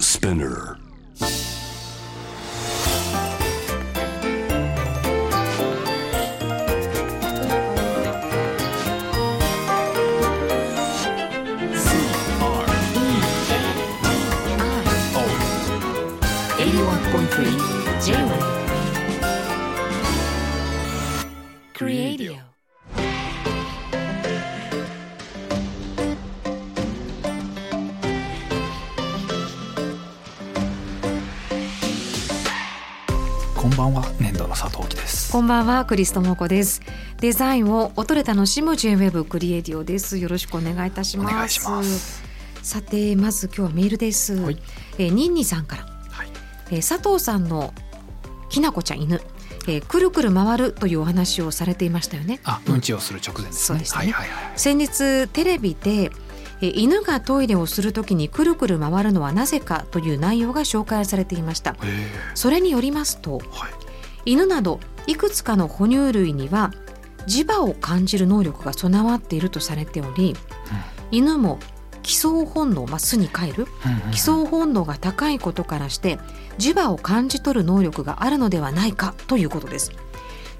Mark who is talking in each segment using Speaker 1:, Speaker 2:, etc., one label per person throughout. Speaker 1: Spinner.
Speaker 2: 81.3 J-Wave Creadio
Speaker 3: こんばんは年度の佐藤貴です
Speaker 2: こんばんはクリストモコですデザインを音で楽しむ J-Wave クリエイディオですよろしくお願いいたし
Speaker 3: お
Speaker 2: ます
Speaker 3: 願いします
Speaker 2: さてまず今日はメールです、
Speaker 3: はい
Speaker 2: えーニンニさんから、
Speaker 3: はい
Speaker 2: えー佐藤さんのきなこちゃん犬、えーくるくる回るというお話をされていましたよね
Speaker 3: あうんちをする直前です
Speaker 2: そう
Speaker 3: ね
Speaker 2: ですね
Speaker 3: はいはいはい
Speaker 2: 先日テレビでえー犬がトイレをするときにくるくる回るのはなぜかという内容が紹介されていました
Speaker 3: え
Speaker 2: それによりますと
Speaker 3: ーはい
Speaker 2: 犬などいくつかの哺乳類には磁場を感じる能力が備わっているとされており、犬も帰巣本能、まあ、巣に帰る
Speaker 3: うんうん
Speaker 2: 帰巣本能が高いことからして磁場を感じ取る能力があるのではないかということです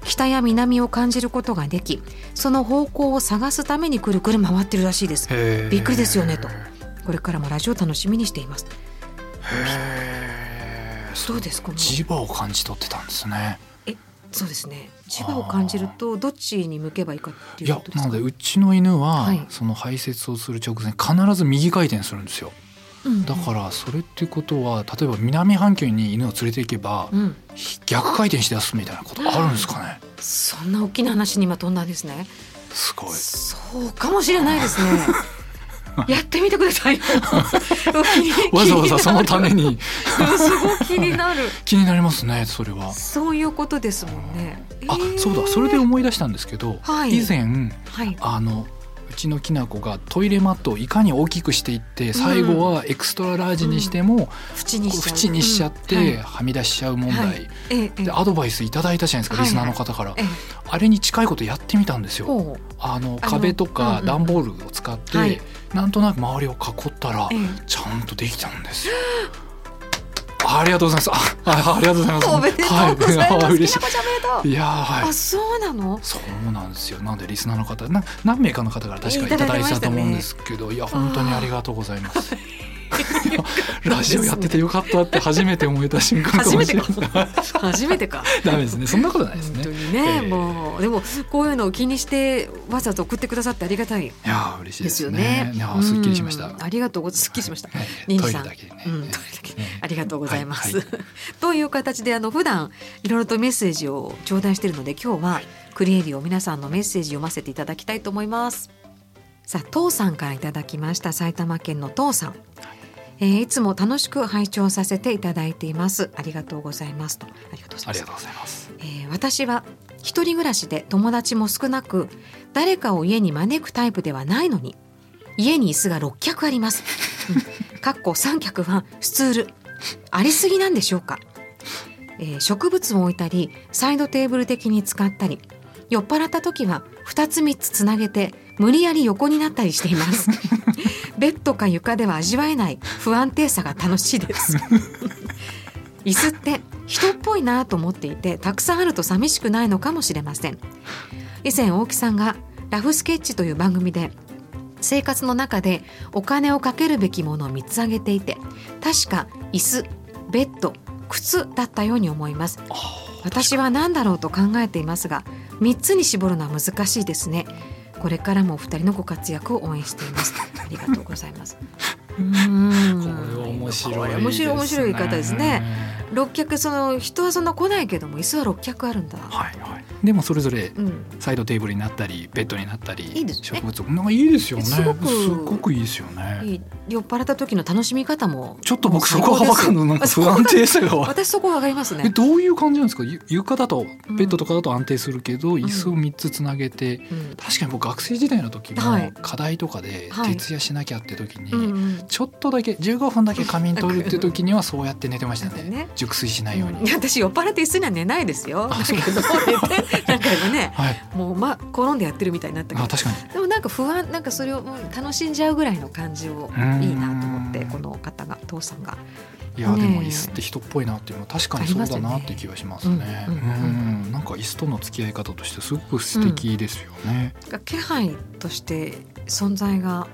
Speaker 2: 北や南を感じることができその方向を探すためにくるくる回ってるらしいです
Speaker 3: へー
Speaker 2: びっくりですよねと
Speaker 3: へ
Speaker 2: これからもラジオ楽しみにしています
Speaker 3: ー
Speaker 2: どうですかもう
Speaker 3: 磁場を感じ取ってたんですね
Speaker 2: えそうですね磁場を感じるとどっちに向けばいいかって
Speaker 3: い
Speaker 2: いう
Speaker 3: や
Speaker 2: ことで
Speaker 3: な
Speaker 2: す
Speaker 3: の
Speaker 2: か
Speaker 3: でうちの犬は、
Speaker 2: はい
Speaker 3: その排泄をする直前必ず右回転するんですよ
Speaker 2: うん
Speaker 3: だからそれってことは例えば南半球に犬を連れて行けば、
Speaker 2: うん、
Speaker 3: 逆回転して出すみたいなことあるんですかね
Speaker 2: そんな大きな話に今飛んだんですね
Speaker 3: す ごい
Speaker 2: そうかもしれない ですねやってみてくださいよ
Speaker 3: わざわざそのため
Speaker 2: に
Speaker 3: に
Speaker 2: すごく気になる
Speaker 3: 気になりますねそれは
Speaker 2: そういうことですもんね。
Speaker 3: あ
Speaker 2: えー
Speaker 3: そうだそれで思い出したんですけど、
Speaker 2: はい
Speaker 3: 以前
Speaker 2: はい。
Speaker 3: あのうちのきなこがトイレマットをいかに大きくしていって最後はエクストララージにしても、こ
Speaker 2: 縁に
Speaker 3: う
Speaker 2: しちゃう。
Speaker 3: 縁にしちゃって、
Speaker 2: うんはい
Speaker 3: はみ出しちゃう問題、
Speaker 2: はいええええ
Speaker 3: でアドバイスいただいたじゃないですか、
Speaker 2: はい
Speaker 3: リスナーの方から、
Speaker 2: ええ
Speaker 3: あれに近いことやってみたんですよ
Speaker 2: ほう
Speaker 3: あの壁と
Speaker 2: うんう
Speaker 3: か
Speaker 2: ん
Speaker 3: 段ボールを使って、
Speaker 2: はい
Speaker 3: なんとなく周りを囲ったら、
Speaker 2: ええ
Speaker 3: ちゃんとできたんですよありがとうございますああありがとうございます
Speaker 2: おめでとうございます。
Speaker 3: は嬉
Speaker 2: き
Speaker 3: し
Speaker 2: なこちゃんおめでとう
Speaker 3: いいやーはい
Speaker 2: あ、そうなの。
Speaker 3: そうなんですよ。なんでリスナーの方、な何名かの方から確かいただいたと思うんですけど、いや
Speaker 2: たね
Speaker 3: 本当にありがとうございます。い
Speaker 2: あ
Speaker 3: やラジオやっててよかったって初めて思えた瞬間かもしれない。
Speaker 2: 初めてか。
Speaker 3: ダメですね。そんなことないです
Speaker 2: 本
Speaker 3: ね。
Speaker 2: 当に
Speaker 3: え
Speaker 2: ね、
Speaker 3: え
Speaker 2: もうでもこういうのを気にしてわざわざ送ってくださってありがたい
Speaker 3: いやー嬉しい
Speaker 2: で
Speaker 3: ですす
Speaker 2: よ
Speaker 3: ね
Speaker 2: ね。。
Speaker 3: いやーすっきりしました。
Speaker 2: うんありがとうございます。すっきりしました。
Speaker 3: はい
Speaker 2: ニン
Speaker 3: ト
Speaker 2: ジ
Speaker 3: イレ
Speaker 2: さん
Speaker 3: だけね。
Speaker 2: うんトイレだけ
Speaker 3: ね
Speaker 2: ありがとうございます。
Speaker 3: はい
Speaker 2: という形であの普段いろいろとメッセージを頂戴しているので今日はクリエイリオ皆さんのメッセージ読ませていただきたいと思います。さあ父さんからいただきました埼玉県の父さん。えーいつも楽しく拝聴させていただいています。ありがとうございますと。ありがとうございま
Speaker 3: あり
Speaker 2: す
Speaker 3: がと。うございます。
Speaker 2: えー私は一人暮らしで友達も少なく誰かを家に招くタイプではないのに家に椅子が6脚あります、うん、かっこ3脚はスツールありすぎなんでしょうか、えー植物を置いたりサイドテーブル的に使ったり酔っ払った時は2つ3つつなげて無理やり横になったりしていますベッドか床では味わえない不安定さが楽しいです椅子って人っぽいなと思っていてたくさんあると寂しくないのかもしれません以前大木さんが「ラフスケッチ」という番組で生活の中でお金をかけるべきものを3つ挙げていて確か椅子ベッド靴だったように思います私は何だろうと考えていますが3つに絞るのは難しいですねこれからもお二人のご活躍を応援していますありがとうござい ますうーん
Speaker 3: これは面
Speaker 2: こ
Speaker 3: 白いです
Speaker 2: れ
Speaker 3: ね。
Speaker 2: 面白い面白い言い方ですね六脚その人はそんな来ないけども椅子は六脚あるんだ。
Speaker 3: はいはい。でもそれぞれ
Speaker 2: うん。
Speaker 3: サイドテーブルになったりベッドになったり
Speaker 2: いいですね
Speaker 3: 植物なんかいいですよね
Speaker 2: すごく
Speaker 3: すごくいいですよね
Speaker 2: いい酔っ払った時の楽しみ方も
Speaker 3: ちょっと僕そこはばかんのなんか
Speaker 2: あそ
Speaker 3: 不
Speaker 2: こ
Speaker 3: 安定さが
Speaker 2: 私そこわかります
Speaker 3: え
Speaker 2: ね。
Speaker 3: どういう感じなんですかゆ床だと
Speaker 2: うん
Speaker 3: ベッドとかだと安定するけど、椅子を3つつなげて、
Speaker 2: うん。
Speaker 3: 確かに僕学生時代の時も
Speaker 2: はい
Speaker 3: 課題とかで
Speaker 2: はい
Speaker 3: 徹夜しなきゃって時に、
Speaker 2: うんうん。
Speaker 3: ちょっとだけ15分だけ仮眠取るって時にはそうやって寝てました
Speaker 2: なん
Speaker 3: ね
Speaker 2: か ね
Speaker 3: 熟睡しないように、
Speaker 2: いや私酔っ払って椅子には寝ないですよ。だ
Speaker 3: あ
Speaker 2: け
Speaker 3: そう
Speaker 2: ど寝てなんか今ね
Speaker 3: はい
Speaker 2: もうま転んでやってるみたいになったけ
Speaker 3: あ
Speaker 2: ど。
Speaker 3: 確かに
Speaker 2: でもなんか不安なんかそれをもう楽しんじゃうぐらいの感じを
Speaker 3: うーん
Speaker 2: いいなと思っって、
Speaker 3: うん
Speaker 2: この方が父さんが
Speaker 3: いや
Speaker 2: ねえ
Speaker 3: でも椅子って人っぽいなっていうのは確かにそうだなって気がしますね
Speaker 2: あ。りますよね
Speaker 3: うんなんか椅子との付き合い方としてすごく素敵ですよね。
Speaker 2: が気配として存在が、
Speaker 3: うん
Speaker 2: まあ、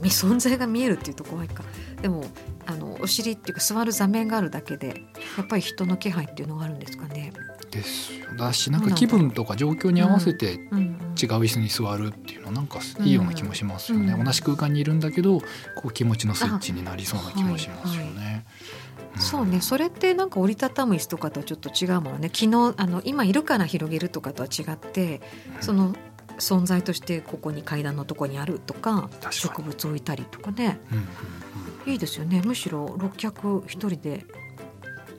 Speaker 2: み存在が見えるっていうと怖いかでもあのお尻っていうか座る座面があるだけでやっぱり人の気配っていうのがあるんですかね。
Speaker 3: ですよだしなんか気分とか状況に合わせて違う
Speaker 2: うんうん
Speaker 3: 椅子に座るっていうのはなんかいいような気もしますよね。
Speaker 2: うん
Speaker 3: 同じ空間にいるんだけどこう気持ちのスイッチになりそうな気もしますよ
Speaker 2: あ
Speaker 3: ね。ん
Speaker 2: そうねそれってなんか折りたたむ椅子とかとはちょっと違うものね昨日あの今いるから広げるとかとは違ってその存在としてここに階段のとこにあるとか
Speaker 3: かに
Speaker 2: 植物置いたりとかね
Speaker 3: うんうんうん
Speaker 2: いいですよねむしろ六脚一人で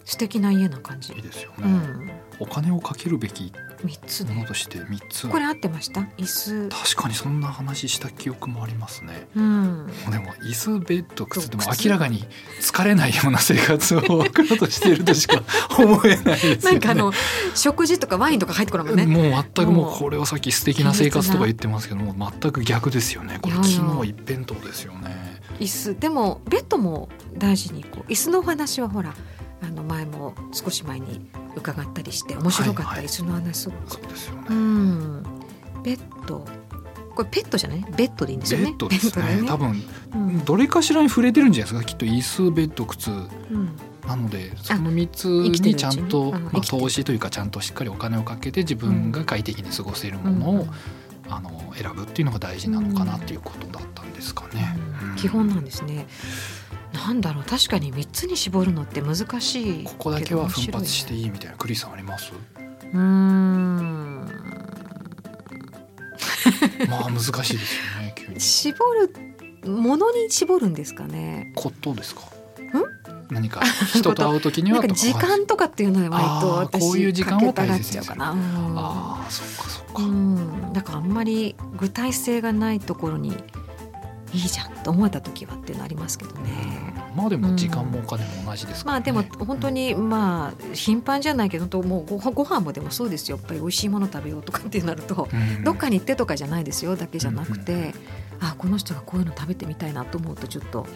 Speaker 2: 素敵な家な感じ
Speaker 3: いい。ですよね。
Speaker 2: うん、
Speaker 3: お金をかけるべき
Speaker 2: 三つ
Speaker 3: もの
Speaker 2: ね。
Speaker 3: として三つある
Speaker 2: これ合ってました？椅子。
Speaker 3: 確かにそんな話した記憶もありますね。
Speaker 2: うん。
Speaker 3: でも椅子ベッド靴でも
Speaker 2: そう靴
Speaker 3: 明らかに疲れないような生活を送ろうとしているとしか思えないですよ
Speaker 2: な
Speaker 3: ね。
Speaker 2: んかあの食事とかワインとか入ってこないもんね。
Speaker 3: もう全くも
Speaker 2: も
Speaker 3: う
Speaker 2: う
Speaker 3: これをさっき素敵な生活とか言ってますけどもう全く逆ですよねこれ
Speaker 2: いやいや
Speaker 3: 昨日一辺倒ですよね
Speaker 2: 椅子でもベッドも大事にこう椅子のお話はほらあの前も少し前に伺ったりして面白かった
Speaker 3: はいはい
Speaker 2: 椅子の話すごく、
Speaker 3: そうですよね、
Speaker 2: うん。ベッド。これペットじゃない？ベッドでいいんです
Speaker 3: ベ
Speaker 2: よね。
Speaker 3: ッドですね
Speaker 2: ベッド
Speaker 3: 多分
Speaker 2: うん
Speaker 3: どれかしらに触れてるんじゃないですかきっと椅子ベッド靴
Speaker 2: うん
Speaker 3: なのでその3つにちゃん
Speaker 2: 生きてるうちにう
Speaker 3: と、
Speaker 2: ん
Speaker 3: ま
Speaker 2: 生
Speaker 3: あ、
Speaker 2: きてる
Speaker 3: 投資というかちゃんとしっかりお金をかけて自分が快適に過ごせるものを、あの選ぶっていうのが大事なのかなっていうことだったんですかね。うん
Speaker 2: 基本なんですね。なんだろう確かに三つに絞るのって難しい
Speaker 3: ここだけは奮発し
Speaker 2: い
Speaker 3: ていいみたいなクリスさんあ ります？
Speaker 2: うーん
Speaker 3: まあ難しいですよね。急に。
Speaker 2: 絞るものに絞るんですかね
Speaker 3: ことですか？何か人と会うときに
Speaker 2: な
Speaker 3: は
Speaker 2: んか
Speaker 3: とか
Speaker 2: 時間とかっていうのは割と
Speaker 3: あー
Speaker 2: 私
Speaker 3: こういう時間
Speaker 2: か
Speaker 3: を
Speaker 2: け
Speaker 3: 大
Speaker 2: たがっ
Speaker 3: 切
Speaker 2: ちゃ
Speaker 3: に
Speaker 2: う
Speaker 3: す
Speaker 2: か
Speaker 3: る
Speaker 2: な
Speaker 3: ああそっかそっ
Speaker 2: う
Speaker 3: か。
Speaker 2: んうんだからあんまり具体性がないところにいいじゃんと思えた時はっていうのありますけどね
Speaker 3: まあでも時間もお金も同じです
Speaker 2: ま
Speaker 3: から、
Speaker 2: あ
Speaker 3: ね
Speaker 2: でも本当にまあ頻繁じゃないけど本当もうごご飯もでもそうですよやっぱり美味しいもの食べようとかってなると
Speaker 3: うん
Speaker 2: どっかに行ってとかじゃないですよだけじゃなくて、あこの人がこういうの食べてみたいなと思うとちょっと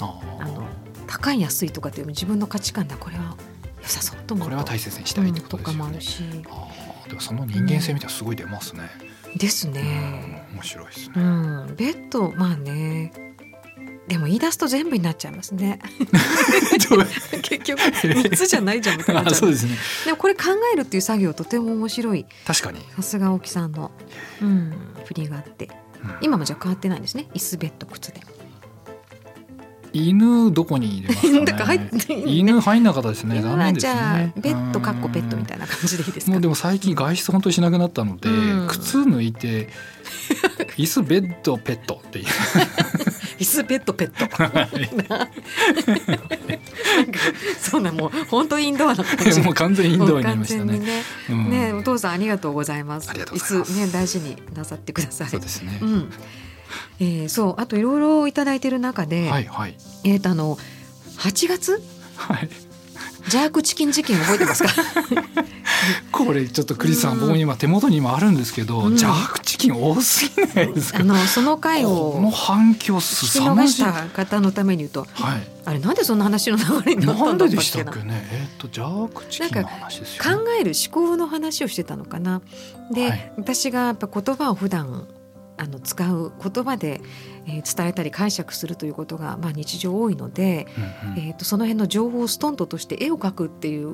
Speaker 3: あ
Speaker 2: あの
Speaker 3: あ
Speaker 2: 高い安いとかっていう自分の価値観ではこれは良さそうと思う
Speaker 3: ことれは大切にしたいってことです
Speaker 2: うんとかも
Speaker 3: よ
Speaker 2: あ
Speaker 3: ね
Speaker 2: る。し
Speaker 3: ああでもその人間性みたいなのすごい出ますね。
Speaker 2: です
Speaker 3: う
Speaker 2: ね、
Speaker 3: ん面白いですね
Speaker 2: う。んベッドまあねでも言い出すと全部になっちゃいます ね結局3つじゃないじゃんみたいになっ ち
Speaker 3: あ
Speaker 2: ゃ
Speaker 3: そううですね。
Speaker 2: でもこれ考えるっていう作業とても面白い
Speaker 3: 確かに。
Speaker 2: さすが青木さんの、うん、振りがあって
Speaker 3: うん
Speaker 2: 今もじゃあ変わってないんですね椅子ベッド靴で
Speaker 3: 犬どこに入れますかね。
Speaker 2: だから入っていい
Speaker 3: 犬入んなかったですね。
Speaker 2: 今
Speaker 3: 残
Speaker 2: は
Speaker 3: 念で
Speaker 2: じ
Speaker 3: す
Speaker 2: ゃあ、
Speaker 3: ね。
Speaker 2: ベッドかっこベッドみ
Speaker 3: い
Speaker 2: たいな感じでいいです
Speaker 3: も
Speaker 2: か
Speaker 3: うでも最近外出本当にしなくなったので、
Speaker 2: うん
Speaker 3: 靴抜 いて椅子ベッドペットっていう。
Speaker 2: 椅子ベッドペッ トなんかそんなもう本当インドアな感じ
Speaker 3: もう 完全にインドアになりまし
Speaker 2: も
Speaker 3: た
Speaker 2: う完全
Speaker 3: ね。
Speaker 2: にね,、
Speaker 3: う
Speaker 2: ね
Speaker 3: ん
Speaker 2: お父さんありがとうございます
Speaker 3: ありがとうございます
Speaker 2: 椅子ね大事になさってください
Speaker 3: そうですね。
Speaker 2: んえーそうあといろいろいただいてる中で、
Speaker 3: はいはい
Speaker 2: えーとあの8月
Speaker 3: はい。
Speaker 2: ジャークチキン事件覚えてますか
Speaker 3: これちょっとクリスさん、
Speaker 2: うん
Speaker 3: 僕今手元に今あるんですけど、
Speaker 2: うん
Speaker 3: ジャークチキン多すぎないですか。
Speaker 2: あのその回
Speaker 3: この
Speaker 2: を
Speaker 3: 反響
Speaker 2: 聞き
Speaker 3: すさ
Speaker 2: 逃
Speaker 3: ま
Speaker 2: し
Speaker 3: じい。
Speaker 2: た方のために言うと
Speaker 3: はい。
Speaker 2: あれなんでそんな話の流れになっ
Speaker 3: な
Speaker 2: た
Speaker 3: ん
Speaker 2: んだ
Speaker 3: で
Speaker 2: った
Speaker 3: で
Speaker 2: っ
Speaker 3: した
Speaker 2: けな
Speaker 3: っけね。えっとジャークチキンの話ですよ、ね。
Speaker 2: 考える思考の話をしてたのかな。で、
Speaker 3: はい
Speaker 2: 私がやっぱ言葉を普段あの使う言葉で、えー伝えたり解釈するということが、まあ、日常多いので、
Speaker 3: うんうん
Speaker 2: えー、とその辺の情報をストンととして絵を描くっていう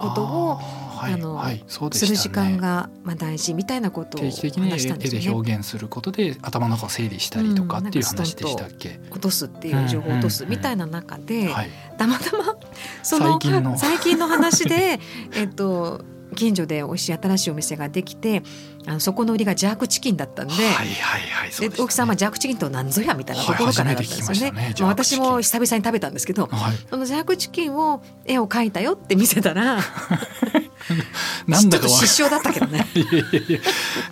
Speaker 2: ことを
Speaker 3: あーはい
Speaker 2: あの
Speaker 3: はいそうですした
Speaker 2: る
Speaker 3: ね
Speaker 2: 時間が、まあ、大事みたいなことを
Speaker 3: 定期的に
Speaker 2: 話したんです
Speaker 3: 絵
Speaker 2: よ
Speaker 3: で
Speaker 2: ね。
Speaker 3: 表現することで頭の中を整理したりとか
Speaker 2: うん
Speaker 3: っていう
Speaker 2: なんか
Speaker 3: 話
Speaker 2: ストン
Speaker 3: で
Speaker 2: と
Speaker 3: したっけ、
Speaker 2: 落とすっていう情報を落とす
Speaker 3: うんうんうん
Speaker 2: みたいな中で、
Speaker 3: はい、
Speaker 2: たまたまその
Speaker 3: 最近の
Speaker 2: 最近の話 でえっと近所で美味しい新しいお店ができてあのそこの売りがジャークチキンだったんで。
Speaker 3: はいはいはいそ
Speaker 2: で
Speaker 3: うでしたね
Speaker 2: 大木さんはジャークチキンとは何ぞやみたいなところからだったんですよね。
Speaker 3: はい初めて聞きましたね
Speaker 2: まあ、
Speaker 3: ジャーク
Speaker 2: 私
Speaker 3: チキン
Speaker 2: も久々に食べたんですけど、
Speaker 3: はい、
Speaker 2: そのジャークチキンを絵を描いたよって見せ たら、
Speaker 3: なんだ
Speaker 2: ちょ
Speaker 3: か
Speaker 2: っと
Speaker 3: わ
Speaker 2: 失笑だったけどね。
Speaker 3: いやいやいや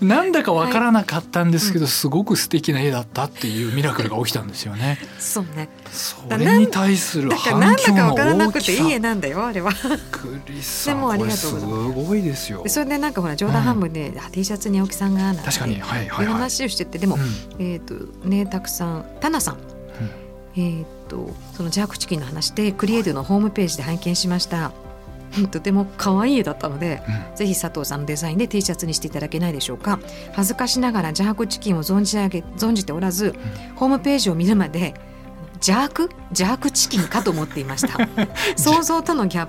Speaker 3: なんだかわからなかったんですけど、すごく素敵な絵だったっていうミラクルが起きたんですよね。
Speaker 2: そうね。
Speaker 3: そ
Speaker 2: だから
Speaker 3: れに対する
Speaker 2: だから
Speaker 3: 反
Speaker 2: なんだ
Speaker 3: 響
Speaker 2: か
Speaker 3: の
Speaker 2: わからな
Speaker 3: 大
Speaker 2: くて
Speaker 3: き
Speaker 2: い
Speaker 3: さ。
Speaker 2: い絵なんだよあれは。
Speaker 3: クリスさ
Speaker 2: で
Speaker 3: ん
Speaker 2: もあ
Speaker 3: こ
Speaker 2: り
Speaker 3: れ
Speaker 2: がとう
Speaker 3: す
Speaker 2: ございま
Speaker 3: ごいですよ
Speaker 2: で。それでなんかほら冗談半分で、あ T シャツに青木さんがなんて
Speaker 3: 確かにはい
Speaker 2: いう
Speaker 3: はいはい。
Speaker 2: 話をしててでも、
Speaker 3: うん
Speaker 2: えっ、とねたくさんタナさん、
Speaker 3: う
Speaker 2: えーっとそのジャークチキンの話でクリエイドのホームページで拝見しました。うんとても可愛い絵だったので、ぜひ佐藤さんのデザインで T シャツにしていただけないでしょうか恥ずかしながらジャークチキンを存じ上げ存じておらず、ホームページを見るまでジャークジャークチキンかと思っていました 想像とのギャッ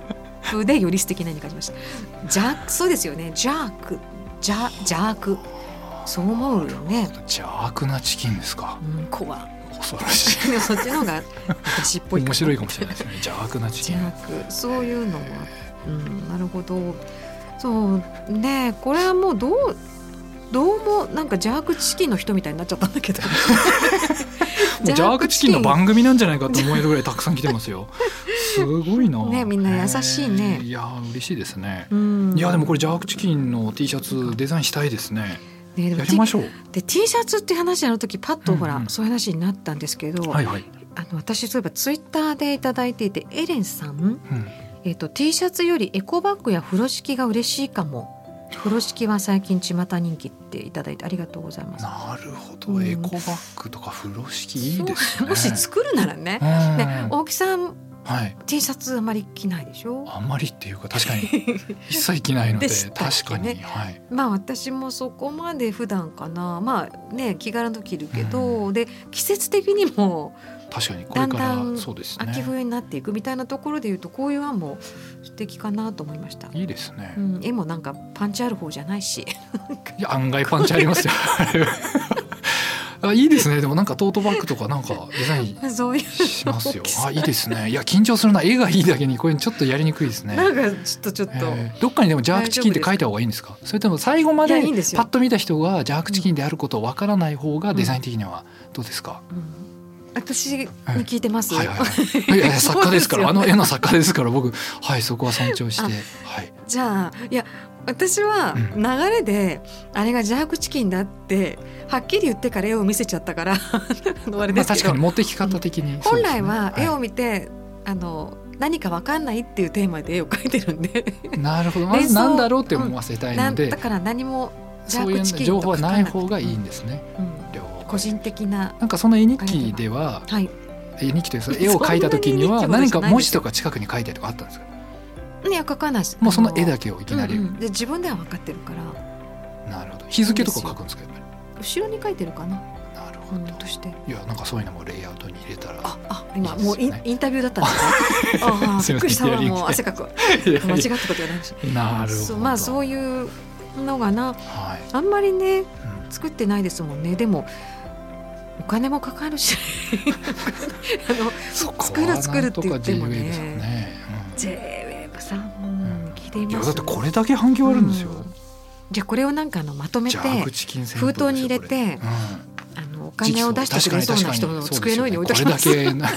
Speaker 2: プでより素敵な絵に感じましたジャークそうですよねジャークジャジャークそう思うよね、
Speaker 3: 邪悪なチキンですか
Speaker 2: うん、怖
Speaker 3: 恐ろしい
Speaker 2: でもそっちの方が私っぽい
Speaker 3: 面白いか
Speaker 2: も
Speaker 3: もしれないですね邪悪なチキ
Speaker 2: ジ
Speaker 3: ン
Speaker 2: ャークそういうのもうんなるほどそうねこれはもうどうどうもなんか邪悪チキンの人みたいになっちゃったんだけ ど
Speaker 3: もうジャークチキン の番組なんじゃないかと思えるぐらいたくさん来てます よ。すごいな。
Speaker 2: ねみんな優しいね
Speaker 3: えーいやー嬉しいですね。
Speaker 2: うん
Speaker 3: いやでもこれジャークチキンの T シャツデザインしたいですね。
Speaker 2: ねでも
Speaker 3: やりましょう。
Speaker 2: で T シャツって話の時パッとほら、
Speaker 3: うんうん
Speaker 2: そういう話になったんですけど、
Speaker 3: はいはい。
Speaker 2: あの私そういえばツイッターでいただいていてエレンさん、
Speaker 3: うん、
Speaker 2: えっと T シャツよりエコバッグや風呂敷が嬉しいかも風呂敷は最近巷人気っていただいてありがとうございます。
Speaker 3: なるほ
Speaker 2: う
Speaker 3: ど
Speaker 2: ん
Speaker 3: エコバッグとか風呂敷いいで
Speaker 2: そ
Speaker 3: す
Speaker 2: う
Speaker 3: ね。
Speaker 2: もし作るならね
Speaker 3: う。ん
Speaker 2: ね、大木さん
Speaker 3: はい。
Speaker 2: T シャツあまり着ないでしょ。
Speaker 3: あんまりっていうか確か に一切着ないので
Speaker 2: でしたっ
Speaker 3: 確
Speaker 2: け
Speaker 3: か
Speaker 2: ね
Speaker 3: にはい。
Speaker 2: まあ私もそこまで普段かな。まあね気軽と着るけど、で季節的にも
Speaker 3: 確かにこれか
Speaker 2: だんだん
Speaker 3: らそうです
Speaker 2: 秋
Speaker 3: ね。
Speaker 2: 冬になっていくみたいなところでいうとこういう案も素敵かなと思いました。
Speaker 3: いいですね
Speaker 2: う。ん、絵もなんかパンチある方じゃないし。
Speaker 3: いや案外パンチありますよ。あいいですねでもなんかトートバッグとかなんかデザイン
Speaker 2: そういう
Speaker 3: します
Speaker 2: 大
Speaker 3: よ
Speaker 2: き。さ
Speaker 3: あ、いいですね。いや、緊張するな。絵がいいだけに、これちょっとやりにくいですね。
Speaker 2: なんかちょっとちょっと、
Speaker 3: えーどっかにでもジャークチキンって書いた方がいいんですかそれとも最後まで
Speaker 2: い
Speaker 3: パ
Speaker 2: やいいんですよ
Speaker 3: ッと見た人がジャークチキンであることをわからない方がデザイン的にはどうですか、
Speaker 2: うん私に聞いてます。
Speaker 3: はいはいはいいやいや作家ですから
Speaker 2: そうですよ
Speaker 3: あの絵の作家ですから僕はいそこは尊重してはい
Speaker 2: じゃあいや私は
Speaker 3: う
Speaker 2: 流れで、あれがジャークチキンだってはっきり言ってから絵を見せちゃったから あのあれ
Speaker 3: ま
Speaker 2: で
Speaker 3: あ
Speaker 2: すけ
Speaker 3: 確
Speaker 2: ど、
Speaker 3: かに持ってき方的にそう
Speaker 2: 本
Speaker 3: ですね
Speaker 2: 来は絵を見て、あの何かわかんないっていうテーマで絵を描いてるん で
Speaker 3: いなるほどま
Speaker 2: 連
Speaker 3: ず
Speaker 2: 想
Speaker 3: なんだろうって思わせたい
Speaker 2: な
Speaker 3: の
Speaker 2: ん
Speaker 3: で
Speaker 2: だから何もジャ
Speaker 3: そう
Speaker 2: ー
Speaker 3: い
Speaker 2: ク
Speaker 3: う
Speaker 2: チキン
Speaker 3: 情
Speaker 2: と
Speaker 3: 報は
Speaker 2: か書か
Speaker 3: ない
Speaker 2: なくて
Speaker 3: 方がいいんですね
Speaker 2: うん
Speaker 3: 了解
Speaker 2: 個人的な
Speaker 3: なんかその絵日記では
Speaker 2: はい
Speaker 3: 絵日記というか絵を描いた時には
Speaker 2: そんなに
Speaker 3: 何
Speaker 2: 日記
Speaker 3: か
Speaker 2: も
Speaker 3: 文字とか近くに書いてとかあったんですか
Speaker 2: いや書かないです
Speaker 3: もうその絵だ
Speaker 2: け
Speaker 3: けをいきなり、
Speaker 2: で自分では分かってるから
Speaker 3: なるほど日付とか書くんですかやっぱ
Speaker 2: 後ろに書いてるかな、
Speaker 3: りなるほ
Speaker 2: う
Speaker 3: ど
Speaker 2: ん、として
Speaker 3: いやなんかそういうのもレイアウトに入れたら
Speaker 2: ああ今
Speaker 3: いいです
Speaker 2: も
Speaker 3: よ
Speaker 2: うイン,、
Speaker 3: ね
Speaker 2: インタビューだったん ですねああ
Speaker 3: すい
Speaker 2: びっ
Speaker 3: ません
Speaker 2: くりしたわ
Speaker 3: いきなり
Speaker 2: もう汗かく わ
Speaker 3: いやいや
Speaker 2: 間違ったことはないし
Speaker 3: なるほ
Speaker 2: そ
Speaker 3: ど
Speaker 2: うまあそういうのがな
Speaker 3: はい、
Speaker 2: あんまりね
Speaker 3: うん
Speaker 2: 作ってないですもんねでもお金もかかるしあの
Speaker 3: そこは
Speaker 2: 作る作るって言ってもね
Speaker 3: なんとか JWAVE さ
Speaker 2: JWAVE さ
Speaker 3: んね
Speaker 2: ん
Speaker 3: ん
Speaker 2: うん聞いてい
Speaker 3: うんいや
Speaker 2: ます
Speaker 3: だってこれだけ反響あるんですよ、
Speaker 2: うじゃあこれをなんかあのまとめて
Speaker 3: ジャークチキン戦闘ですよ
Speaker 2: 封筒に入れて
Speaker 3: こうん
Speaker 2: あのお金を出してくれそうな人の
Speaker 3: 確か
Speaker 2: 机
Speaker 3: に確かに
Speaker 2: の上に置いとき
Speaker 3: そう
Speaker 2: ま
Speaker 3: ですすよねこれだ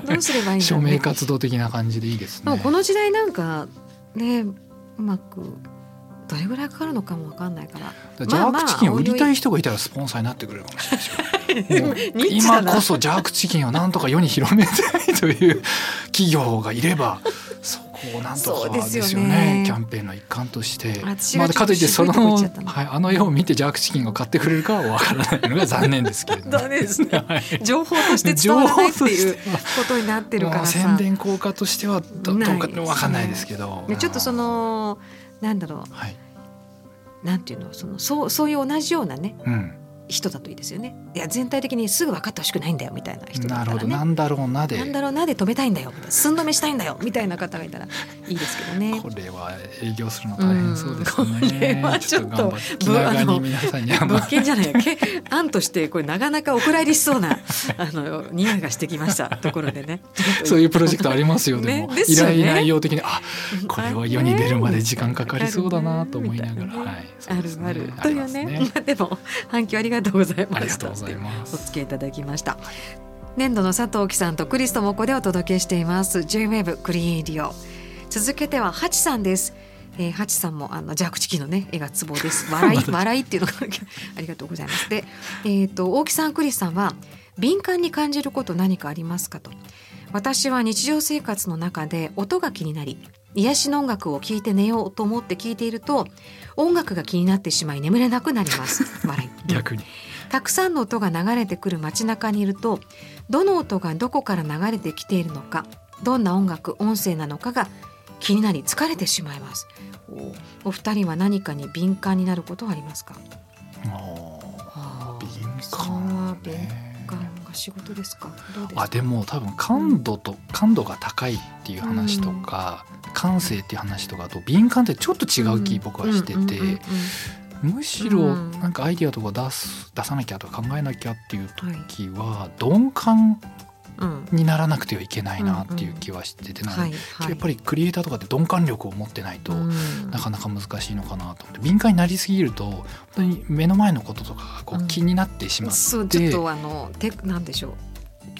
Speaker 3: け
Speaker 2: どうすればいいんだろ
Speaker 3: な署
Speaker 2: うね
Speaker 3: 名活動的な感じでいいです
Speaker 2: でも
Speaker 3: ね
Speaker 2: この時代なんかねうまくどれぐらいかかるのかもわかんないから
Speaker 3: だからジャークチキンを売りたい人がいたらスポンサーになってくれるかもしれないですよもう
Speaker 2: ニッチだ
Speaker 3: 今
Speaker 2: な
Speaker 3: こそジャークチキンをなんとか世に広めたいという企業がい ればそこをなんと
Speaker 2: そう
Speaker 3: か
Speaker 2: で
Speaker 3: ですす
Speaker 2: よ
Speaker 3: よ
Speaker 2: ね
Speaker 3: ねキャンペーンの一環として
Speaker 2: 私
Speaker 3: ま
Speaker 2: が
Speaker 3: あ、
Speaker 2: ちょっと
Speaker 3: かといってその、
Speaker 2: 渋いとこ行っちゃったな
Speaker 3: はい、あの絵を見てジャークチキンを買ってくれるかはわからないのが残念ですけれ ども
Speaker 2: 残念ですね
Speaker 3: はい
Speaker 2: 情報として伝わらないってい
Speaker 3: 情
Speaker 2: う
Speaker 3: 報としては
Speaker 2: ことになってるから
Speaker 3: まあ
Speaker 2: さ
Speaker 3: 宣、伝効果としてはどどうかわかんないですけど
Speaker 2: ねちょっとそ、のなんだろ
Speaker 3: はい、
Speaker 2: うなんていうのそのそうそういう同じようなね
Speaker 3: うん、
Speaker 2: 人だといいですよねいや全体的にすぐ分かってほしくないんだよみたいな人だ
Speaker 3: な
Speaker 2: っ
Speaker 3: る
Speaker 2: た
Speaker 3: ほ
Speaker 2: ら
Speaker 3: ど
Speaker 2: ね
Speaker 3: なんだろうなで
Speaker 2: なんだろうなで止めたいんだよみたいな寸止めしたいんだよみたいな方がいたらいいですけどね
Speaker 3: こ。れは営業するの大変そうです
Speaker 2: う
Speaker 3: ね。
Speaker 2: んこれはちょっと
Speaker 3: 頑張て気長に皆さんにあの
Speaker 2: 物件じゃないけ案としてこれなかなかお蔵入りし そうなあの匂いがしてきましたところでね。
Speaker 3: そういうプロジェクトありますよ。で
Speaker 2: ね
Speaker 3: も、
Speaker 2: で
Speaker 3: 依
Speaker 2: すよね
Speaker 3: 頼内容的に、あ、
Speaker 2: うん
Speaker 3: これは世に出るまで時間かかりそうだなと思いながら、
Speaker 2: あ
Speaker 3: はい、そう
Speaker 2: あ
Speaker 3: で
Speaker 2: る
Speaker 3: す
Speaker 2: あるとい
Speaker 3: りま
Speaker 2: う
Speaker 3: す
Speaker 2: ね。まあでも反響ありがとうございました。
Speaker 3: ありがとうございま
Speaker 2: お
Speaker 3: す。
Speaker 2: 付き合いいただきました。年度の佐藤貴さんとクリストもこでお届けしています。J-Wave クリエイディオ。続けてはハチさんです。えー、ハチさんもあのジャークチキンのね絵がツボです。笑い笑いっていうのがありがとうございます。で、えっ、と大木さんクリスさんは敏感に感じること何かありますかと。私は日常生活の中で音が気になり癒しの音楽を聴いて寝ようと思って聴いていると音楽が気になってしまい眠れなくなります。笑い。
Speaker 3: 逆に、
Speaker 2: たくさんの音が流れてくる街中にいるとどの音がどこから流れてきているのかどんな音楽音声なのかが気になり疲れてしまいますおお二人は何かに敏感になることはありますか
Speaker 3: あ
Speaker 2: あ
Speaker 3: ー敏
Speaker 2: それは
Speaker 3: 感
Speaker 2: 敏
Speaker 3: ね
Speaker 2: 感が仕事ですかどうです
Speaker 3: あ
Speaker 2: か
Speaker 3: でも多分感度と感度が高いっていう話とか、感性っていう話とかと敏感ってちょっと違う気僕はしてて、
Speaker 2: うんうんうんうん
Speaker 3: むしろ
Speaker 2: うん
Speaker 3: なんかアイディアとか出す出さなきゃとか考えなきゃっていう時は鈍感
Speaker 2: うんうん
Speaker 3: にならなくてはいけないなっていう気はしてて、なんか
Speaker 2: はいはい
Speaker 3: やっぱりクリエイターとかって鈍感力を持ってないと、
Speaker 2: うん
Speaker 3: なかなか難しいのかなと思って敏感になりすぎると本当に目の前のこととかがこ
Speaker 2: う
Speaker 3: うん気になってしまって、
Speaker 2: そうちょっとあのてなんでしょ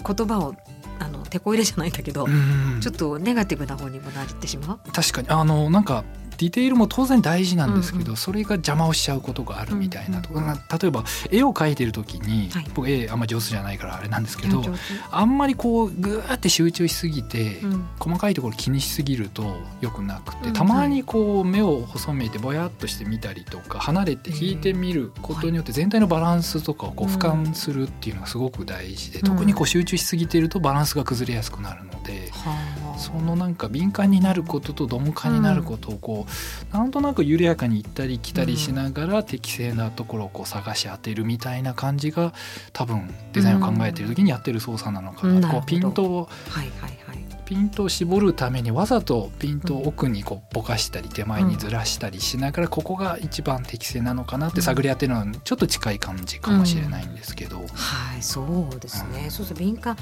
Speaker 2: う言葉をあの手こ入れじゃないんだけど、
Speaker 3: うん
Speaker 2: ちょっとネガティブな方にもなってしまう。
Speaker 3: 確かにあのなんかディテールも当然大事なんですけど、
Speaker 2: うんう
Speaker 3: それが邪魔をしちゃうことがあるみたいなとこ
Speaker 2: うんうん
Speaker 3: な例えば絵を描いてる時に、
Speaker 2: はい
Speaker 3: 僕絵あんま上手じゃないからあれなんですけど
Speaker 2: 上手
Speaker 3: あんまりこうグーって集中しすぎて、
Speaker 2: うん
Speaker 3: 細かいところ気にしすぎると良くなく
Speaker 2: う
Speaker 3: て
Speaker 2: ん
Speaker 3: たまにこう目を細めてぼやっとしてみたりとか離れて引いてみることによって全体のバランスとかをこう
Speaker 2: うん
Speaker 3: 俯瞰するっていうのがすごく大事で
Speaker 2: うん
Speaker 3: 特にこう集中しすぎてるとバランスが崩れやすくなるので
Speaker 2: はあ
Speaker 3: そのなんか敏感になることと鈍感になることをこうなんとなく緩やかに行ったり来たりしながら適正なところをこう探し当てるみたいな感じが多分デザインを考えてる時にやってる操作なのか
Speaker 2: うん
Speaker 3: な,、
Speaker 2: なるほど
Speaker 3: こうピントを
Speaker 2: はいはいはい。
Speaker 3: ピントを絞るためにわざとピントを奥にこうぼかしたり手前にずらしたりしながらここが一番適正なのかなって探り当てるのはちょっと近い感じかもしれないんですけど、
Speaker 2: はい、そうですね。そうそう敏感、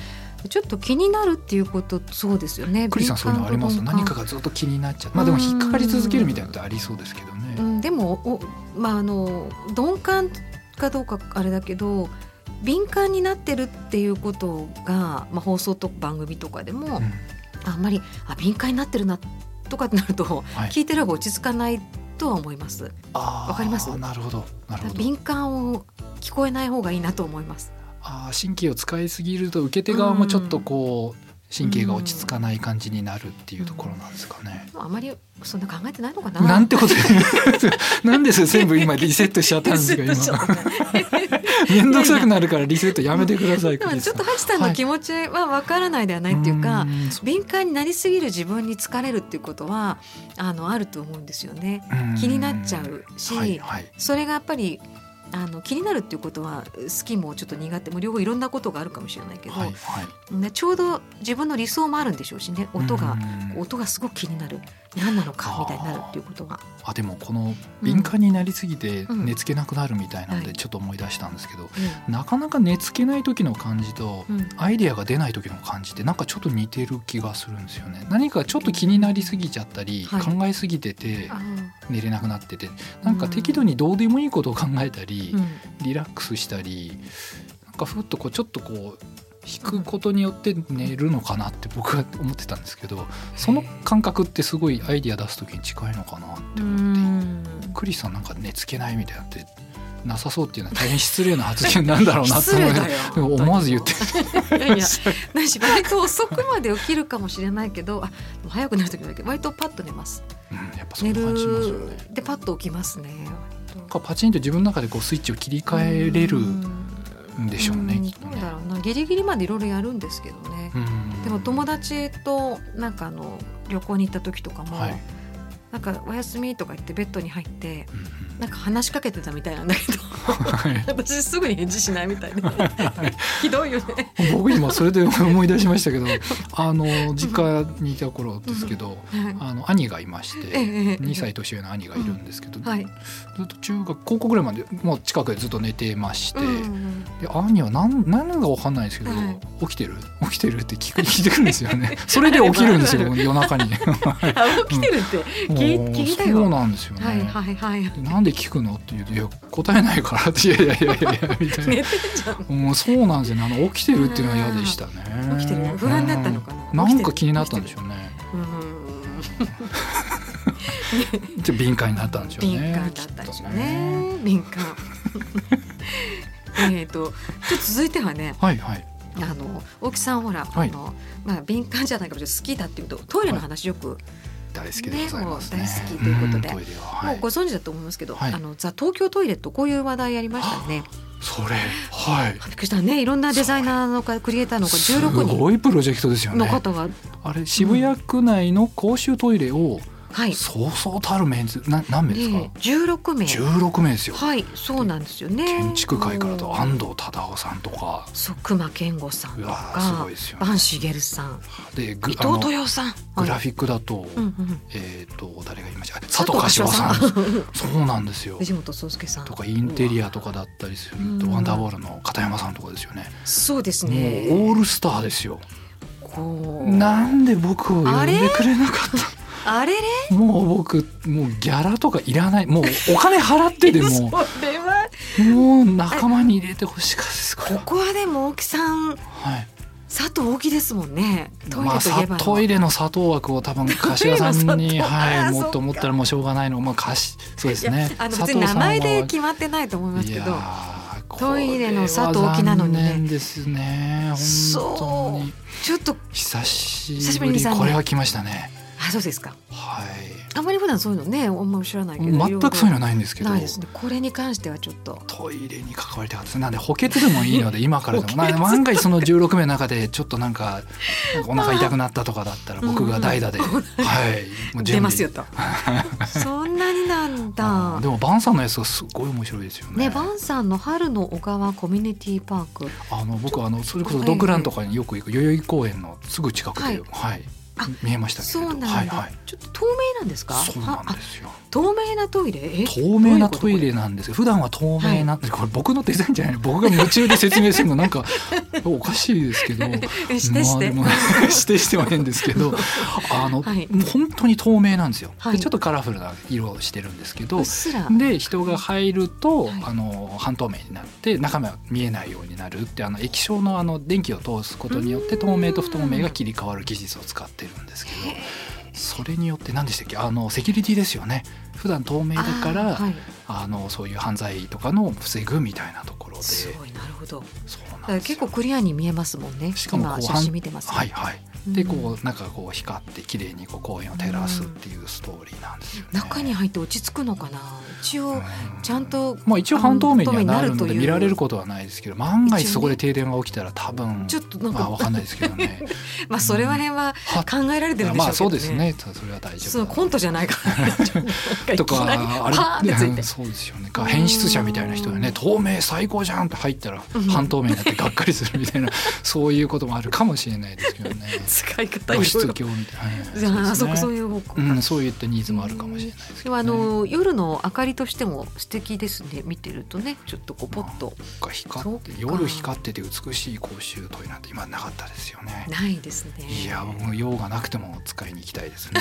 Speaker 2: ちょっと気になるっていうことそうですよね。
Speaker 3: クリスさんそういうのあります
Speaker 2: 敏感と
Speaker 3: 何か
Speaker 2: 鈍
Speaker 3: がずっと気になっちゃってまあでも引っかかり続けるみたいなことありそうですけど
Speaker 2: 感。
Speaker 3: ね。
Speaker 2: うん、でもおまああの鈍感かどうかあれだけど。敏感になってるっていうことが、まあ、放送とか番組とかでも、
Speaker 3: うん
Speaker 2: あんまりあ敏感になってるなとかってなると、
Speaker 3: はい
Speaker 2: 聞いてる方が落ち着かないとは思います
Speaker 3: あー
Speaker 2: わかります
Speaker 3: なるほどなるほど
Speaker 2: 敏感を聞こえない方がいいなと思います
Speaker 3: あー神経を使いすぎると受け手側もちょっとこう神経が落ち着かない感じになるっていうところなんですかね。
Speaker 2: あまりそんな考えてないのかな
Speaker 3: なんてこと なんです全部今リセットしちゃった んですけど
Speaker 2: リセッ
Speaker 3: 今
Speaker 2: トしちゃった
Speaker 3: 面倒くさくなるからリセットやめてください。
Speaker 2: で
Speaker 3: ク
Speaker 2: も
Speaker 3: リ
Speaker 2: ち
Speaker 3: スさ
Speaker 2: ょ
Speaker 3: ん
Speaker 2: っとハチさんの気持ちはわからないではないっていうか、
Speaker 3: うーんそう
Speaker 2: 敏感になりすぎる自分に疲れるっていうことはあのあると思うんですよね。
Speaker 3: うーん
Speaker 2: 気になっちゃうし、
Speaker 3: はいはい
Speaker 2: それがやっぱりあの気になるっていうことは好きもちょっと苦手も両方いろんなことがあるかもしれないけど、
Speaker 3: はいはい
Speaker 2: ね、ちょうど自分の理想もあるんでしょうしね音が
Speaker 3: うーん
Speaker 2: 音がすごく気になる何なのかみたいになるっていうことが
Speaker 3: あでもこの敏感になりすぎて
Speaker 2: うん
Speaker 3: 寝つけなくなるみたいなの
Speaker 2: は
Speaker 3: で
Speaker 2: い
Speaker 3: ちょっと思い出したんですけどなかなか寝つけない時の感じと
Speaker 2: うんうん
Speaker 3: アイデアが出ない時の感じってなんかちょっと似てる気がするんですよね何かちょっと気になりすぎちゃったり、
Speaker 2: はい
Speaker 3: 考えすぎてて
Speaker 2: あ
Speaker 3: 寝れなくなっててなんか適度にどうでもいいことを考えたり、
Speaker 2: ーうん
Speaker 3: リラックスしたりなんかふっとこうちょっとこう引くことによって寝るのかなって僕は思ってたんですけどその感覚ってすごいアイディア出す時に近いのかなって思って、クリスさんなんか寝つけないみたいなってなさそうっていうのは大変失礼な発言なんだろうなって
Speaker 2: 失
Speaker 3: 思
Speaker 2: 礼
Speaker 3: いな
Speaker 2: だ
Speaker 3: が
Speaker 2: よ
Speaker 3: ら思わず言って
Speaker 2: いやいやないし割と遅くまで起きるかもしれないけどあでも早くなる時もあるけど割とパッと寝ます
Speaker 3: うんやっぱそん
Speaker 2: 寝
Speaker 3: な感じしますよね
Speaker 2: る。でパッと起きますね
Speaker 3: なんかパチンと自分の中でこうスイッチを切り替えれるんでしょうね、
Speaker 2: ん
Speaker 3: きっと
Speaker 2: なんだ
Speaker 3: ね。
Speaker 2: ろうなギリギリまでいろいろやるんですけどね、
Speaker 3: うん
Speaker 2: でも友達となんかあの旅行に行った時とかも、
Speaker 3: はい、
Speaker 2: なんかお休みとか言ってベッドに入って
Speaker 3: うん
Speaker 2: なんか話しかけてたみたいなんだけど
Speaker 3: はい
Speaker 2: 私すぐに返事しないみ たいなひどいよね
Speaker 3: 僕今それで思い出しましたけどあの実家にいた頃ですけど、あの兄がいまし
Speaker 2: ええええ
Speaker 3: て2歳年上の兄がいるんですけど、
Speaker 2: はい、
Speaker 3: ずっと中学高校ぐらいまでもう近くでずっと寝てまして、
Speaker 2: うん
Speaker 3: で兄は何何が分かんないですけど、
Speaker 2: はい
Speaker 3: 起きてる起きてるって聞く聞いてくるんですよねそれで起きるんですよ夜中に
Speaker 2: あ起きてるって、 聞い
Speaker 3: もう
Speaker 2: 聞い たよ
Speaker 3: そうなんですよね、
Speaker 2: はいはいはい
Speaker 3: でなんで聞くのって言うと「いや答えないから」って「いやいやいやいやいや」みたい
Speaker 2: 寝
Speaker 3: な。
Speaker 2: てんじゃん
Speaker 3: もうそうなんですよね。あの起きてるっていうのは嫌でしたね。
Speaker 2: 起きてる不安だったのかな
Speaker 3: うんなんか気になったんでしょうね。
Speaker 2: うん
Speaker 3: ちょっと敏感になったんでしょうね。
Speaker 2: 敏感だったんでしょう
Speaker 3: きっとね。
Speaker 2: ね敏感 えっとちょっと続いてはね
Speaker 3: はいはい。
Speaker 2: あの大木さんほら、
Speaker 3: はい
Speaker 2: あのまあ敏感じゃないかもしれない好きだっていうとトイレの話よく、
Speaker 3: 大好きでございますね。
Speaker 2: ねもう大好きということで
Speaker 3: んトイレはは
Speaker 2: もうご存知だと思いますけど、
Speaker 3: はい
Speaker 2: あのザ東京トイレとこういう話題やりましたね。
Speaker 3: それはい
Speaker 2: びっくりしたねいろんなデザイナーのかクリエイターのか
Speaker 3: す
Speaker 2: 16人
Speaker 3: ごいプロジェクトですよ
Speaker 2: の
Speaker 3: ね
Speaker 2: 方が、
Speaker 3: あれ渋谷区内の公衆トイレを
Speaker 2: はい、
Speaker 3: そうそうたるメンズな何名ですか
Speaker 2: で16名
Speaker 3: 16名ですよ
Speaker 2: はいそうなんですよね
Speaker 3: 建築界から
Speaker 2: う
Speaker 3: と
Speaker 2: ん
Speaker 3: 安藤忠雄さんとか
Speaker 2: そう熊健吾さんと
Speaker 3: うわ
Speaker 2: か
Speaker 3: ーすごいですよね
Speaker 2: 坂茂さん
Speaker 3: でグ
Speaker 2: 伊
Speaker 3: あ
Speaker 2: 藤
Speaker 3: の
Speaker 2: 豊さん
Speaker 3: グラ
Speaker 2: はい
Speaker 3: フィックだと、
Speaker 2: うんうん、
Speaker 3: えっ、と誰が言いましたあ佐藤柏さん
Speaker 2: 佐藤柏
Speaker 3: そうなんですよ
Speaker 2: 藤本壮介さん
Speaker 3: とかインテリアとかだったりすると
Speaker 2: うん
Speaker 3: ワンダーボールの片山さんとかですよね
Speaker 2: そうです
Speaker 3: もう
Speaker 2: ね
Speaker 3: オールスターですよ
Speaker 2: こう
Speaker 3: なんで僕を呼んでくれなかっ
Speaker 2: あれれ
Speaker 3: たもう僕もうギャラとかいらないもうお金払っ てで
Speaker 2: そ
Speaker 3: も
Speaker 2: れは
Speaker 3: もう仲間に入れてほしかったですこれ
Speaker 2: こ
Speaker 3: は
Speaker 2: こはでも大木さん
Speaker 3: はい
Speaker 2: 佐藤大木ですもんねトイレ
Speaker 3: まあ
Speaker 2: といえば
Speaker 3: さ
Speaker 2: の
Speaker 3: トイレの佐藤枠を多分 柏さん
Speaker 2: トイレ
Speaker 3: に
Speaker 2: の佐藤あ
Speaker 3: は
Speaker 2: ー
Speaker 3: い
Speaker 2: そ
Speaker 3: も
Speaker 2: っ
Speaker 3: っ
Speaker 2: か
Speaker 3: と思ったらもうしょうがないのまあかしそうですね
Speaker 2: あの
Speaker 3: 佐
Speaker 2: 別に
Speaker 3: 藤さ
Speaker 2: 名
Speaker 3: んは
Speaker 2: 前で決まってないと思いますけ
Speaker 3: い
Speaker 2: ど
Speaker 3: やー
Speaker 2: トイレの佐藤沖なのにね
Speaker 3: これは残念ですね本当
Speaker 2: そ
Speaker 3: に
Speaker 2: うちょっと
Speaker 3: 久しぶり
Speaker 2: 久しぶりに残念
Speaker 3: これは来ましたね
Speaker 2: あそうですか
Speaker 3: は
Speaker 2: あまり普段そういうのねあんまり知らない
Speaker 3: い
Speaker 2: けど
Speaker 3: 全くそう
Speaker 2: い
Speaker 3: いうのはないんですけ
Speaker 2: ろい
Speaker 3: ど
Speaker 2: ろないですねこれに関してはちょっと
Speaker 3: トイレに関わりたかったですなんで補欠でもいい ので今からでも
Speaker 2: 補欠
Speaker 3: まあ万が一その16名の中でちょっとなんかなんかお腹痛くなったとかだったら僕が代 打で、はいもう準備
Speaker 2: 出ます よとそんなになん
Speaker 3: あ
Speaker 2: だ
Speaker 3: ーでもバンさんのやつがすごい面白いですよね。
Speaker 2: ねバンさんの春の小川コミュニティパーク
Speaker 3: あの僕はあのそれこ
Speaker 2: は
Speaker 3: そ
Speaker 2: い
Speaker 3: ドクランとかによく行く代々木公園のすぐ近くで、
Speaker 2: は
Speaker 3: はいい、
Speaker 2: あ
Speaker 3: 見えましたけ
Speaker 2: そ
Speaker 3: れど、
Speaker 2: うなんだ、
Speaker 3: はいはい。
Speaker 2: ちょっと透明なんですか
Speaker 3: そうなん
Speaker 2: あ
Speaker 3: で
Speaker 2: あ
Speaker 3: すよ。
Speaker 2: 透明なトイレえ
Speaker 3: 透明な
Speaker 2: ど
Speaker 3: ト
Speaker 2: ういうこと
Speaker 3: イレなんですよ。普段は透明な、これ僕のデザインじゃないの。僕が夢中で説明する のなんかおかしいですけど、
Speaker 2: えしてして、
Speaker 3: まあでも してしては変ですけど、あの、
Speaker 2: はい
Speaker 3: もう本当に透明なんですよ。
Speaker 2: はい
Speaker 3: でちょっとカラフルな色をしてるんですけど
Speaker 2: うっ、すら
Speaker 3: で人が入ると、
Speaker 2: はい
Speaker 3: あの半透明になって中身は見えないようになるってあの液晶のあの電気を通すことによっ
Speaker 2: う
Speaker 3: て
Speaker 2: ん
Speaker 3: 透明と不透明が切り替わる技術を使ってるんですけどそれによって何でしたっけあのセキュリティですよね普段透明だからあ、
Speaker 2: あーはい、
Speaker 3: のそういう犯罪とかの防ぐみたいなところです
Speaker 2: ごいなるほど
Speaker 3: そう
Speaker 2: だ
Speaker 3: なん
Speaker 2: から
Speaker 3: です
Speaker 2: 結構クリアに見えますもんね
Speaker 3: しかもこう
Speaker 2: 今写真見てますけど、
Speaker 3: はいはいで
Speaker 2: うん
Speaker 3: こうなんかこう光って綺麗にこう公園を照らすっていうストーリーなんですよね。
Speaker 2: 中に入って落ち着くのかな一応ちゃんと
Speaker 3: まあ、一応半透明にはなるの
Speaker 2: あの半透明になると
Speaker 3: で
Speaker 2: いう
Speaker 3: 見られることはないですけど万が一そこで停電が起きたら多分
Speaker 2: ちょっとなん
Speaker 3: まあ
Speaker 2: か
Speaker 3: 分かんないですけ どね
Speaker 2: まあそれら辺は
Speaker 3: は
Speaker 2: 考えられてるんでしょうけどね
Speaker 3: まあそうですねそそれは大丈夫
Speaker 2: そのコントじゃないからね
Speaker 3: とか
Speaker 2: なんいきなりパ
Speaker 3: あ
Speaker 2: ー
Speaker 3: れ
Speaker 2: ンってつい
Speaker 3: う
Speaker 2: て
Speaker 3: ん そうですよねか変質者みたいな人で
Speaker 2: う
Speaker 3: ね
Speaker 2: ん
Speaker 3: 透明最高じゃんって入ったら
Speaker 2: うん
Speaker 3: 半透明になってがっかりする みたいなそういうこともあるかもしれないですけどね
Speaker 2: 使い方いろ
Speaker 3: 露
Speaker 2: い
Speaker 3: 出
Speaker 2: ろ
Speaker 3: 狂みたいな
Speaker 2: じゃああそこそう
Speaker 3: う
Speaker 2: いう方向
Speaker 3: う
Speaker 2: か、
Speaker 3: ん、そういったニーズもあるかもしれないですけ
Speaker 2: でも
Speaker 3: ど、
Speaker 2: あ
Speaker 3: ね、
Speaker 2: の夜の明かりとしても素敵ですね見てるとねちょっとこうポッと
Speaker 3: が光っ
Speaker 2: そ
Speaker 3: て
Speaker 2: っか
Speaker 3: 夜光ってて美しい公衆トイレなんて今なかったですよね。
Speaker 2: ないですね
Speaker 3: いやもう用がなくても使いに行きたいですね。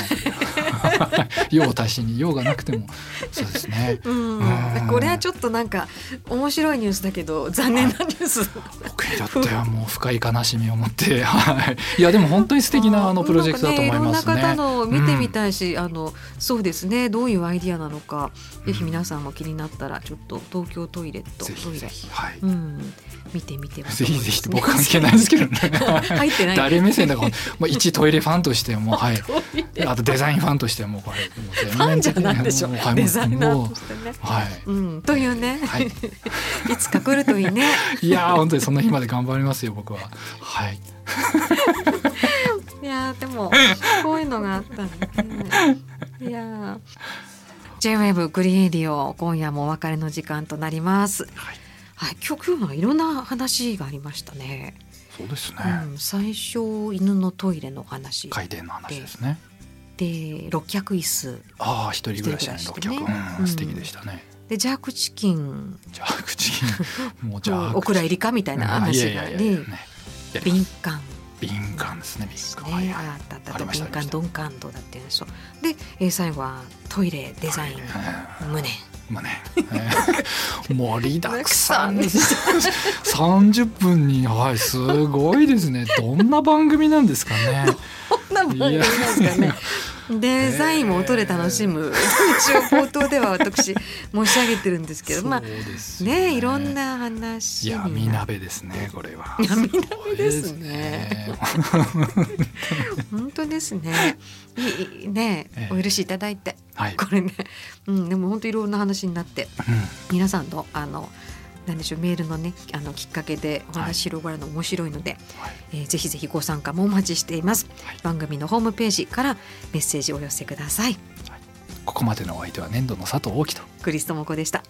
Speaker 3: 用を足しに用がなくてもそうですね。
Speaker 2: うん
Speaker 3: うん
Speaker 2: これはちょっとなんか面白いニュースだけど残念なニュース
Speaker 3: 僕にとってはもう深い悲しみを持って、はい。いやでも本当に素敵なあのプロジェクトだと思いますね。
Speaker 2: なんかねいろんな方のを見てみたいし、あのそうですねどういうアイディアなのか、ぜひ皆さんも気になったらちょっと東京トイレと
Speaker 3: ぜ
Speaker 2: ト
Speaker 3: ひ
Speaker 2: イ
Speaker 3: ぜ
Speaker 2: レ、
Speaker 3: ひはい。
Speaker 2: うん、見てみてはと
Speaker 3: ぜ
Speaker 2: 思います
Speaker 3: ひぜひって僕関係ないですけどね。
Speaker 2: 入ってない
Speaker 3: 誰目線だかわかんない、まあ、一トイレファンとしても、はい、
Speaker 2: トイレ
Speaker 3: あとデザインファンとしても、これ、もう全面
Speaker 2: ファンじゃないでしょ
Speaker 3: もうはい
Speaker 2: デザイナ
Speaker 3: も
Speaker 2: ー
Speaker 3: う
Speaker 2: としてね。
Speaker 3: はい。
Speaker 2: うん、というね、
Speaker 3: はいい、
Speaker 2: つか来るといいね。
Speaker 3: いやー本当にその日まで頑張りますよ僕は。はい。
Speaker 2: いやーでもこういうのがあったんだね。いやー J-WAVE クリエイディオ今夜もお別れの時間となります。
Speaker 3: はい。
Speaker 2: はい、今日今日はいろんな話がありましたね。
Speaker 3: そうですね。
Speaker 2: うん、最初犬のトイレの話
Speaker 3: 回転の話ですね。
Speaker 2: で六脚椅子
Speaker 3: ああ一人暮らしの六
Speaker 2: 一人
Speaker 3: 脚、
Speaker 2: 暮らしね
Speaker 3: う
Speaker 2: うんん
Speaker 3: 素敵でしたね。
Speaker 2: でジャークチキン
Speaker 3: じゃあ口もうじゃあ
Speaker 2: お蔵入りかみたいな話があり
Speaker 3: いやいやいやいやね。やりま
Speaker 2: 敏
Speaker 3: す
Speaker 2: 感
Speaker 3: 敏感ですね
Speaker 2: です
Speaker 3: 敏
Speaker 2: ね、
Speaker 3: 感。はいは
Speaker 2: あ
Speaker 3: い
Speaker 2: ったあった
Speaker 3: ありまし
Speaker 2: 敏
Speaker 3: た
Speaker 2: 感
Speaker 3: ありました
Speaker 2: 鈍感度だっていうんでしょで、えー最後はトイレデザイン、無念
Speaker 3: まあね、えー盛りだくさん
Speaker 2: 盛りだくさんでし
Speaker 3: 三十分にはいすごいですねどんな番組なんですかね
Speaker 2: こんな番組なんですかねデザインも音で楽しむ、一応冒頭では私申し上げてるんですけどまあ
Speaker 3: そうですよ
Speaker 2: ねいろんな話
Speaker 3: い
Speaker 2: に
Speaker 3: や
Speaker 2: な
Speaker 3: 闇鍋ですねこれ は
Speaker 2: 闇鍋ですね
Speaker 3: すごいですね
Speaker 2: 本当ですねいいいいね
Speaker 3: ええ
Speaker 2: お許しいただいて
Speaker 3: はい、
Speaker 2: これね、うん、でも本当いろんな話になって
Speaker 3: うん
Speaker 2: 皆さんのあのなんでしょうメールのねあのきっかけでお話広がるの面白いので、
Speaker 3: はい
Speaker 2: えーぜひぜひご参加もお待ちしています、
Speaker 3: はい
Speaker 2: 番組のホームページからメッセージをお寄せください
Speaker 3: ここまでのお相手は年度の佐藤大樹と
Speaker 2: クリストモコでした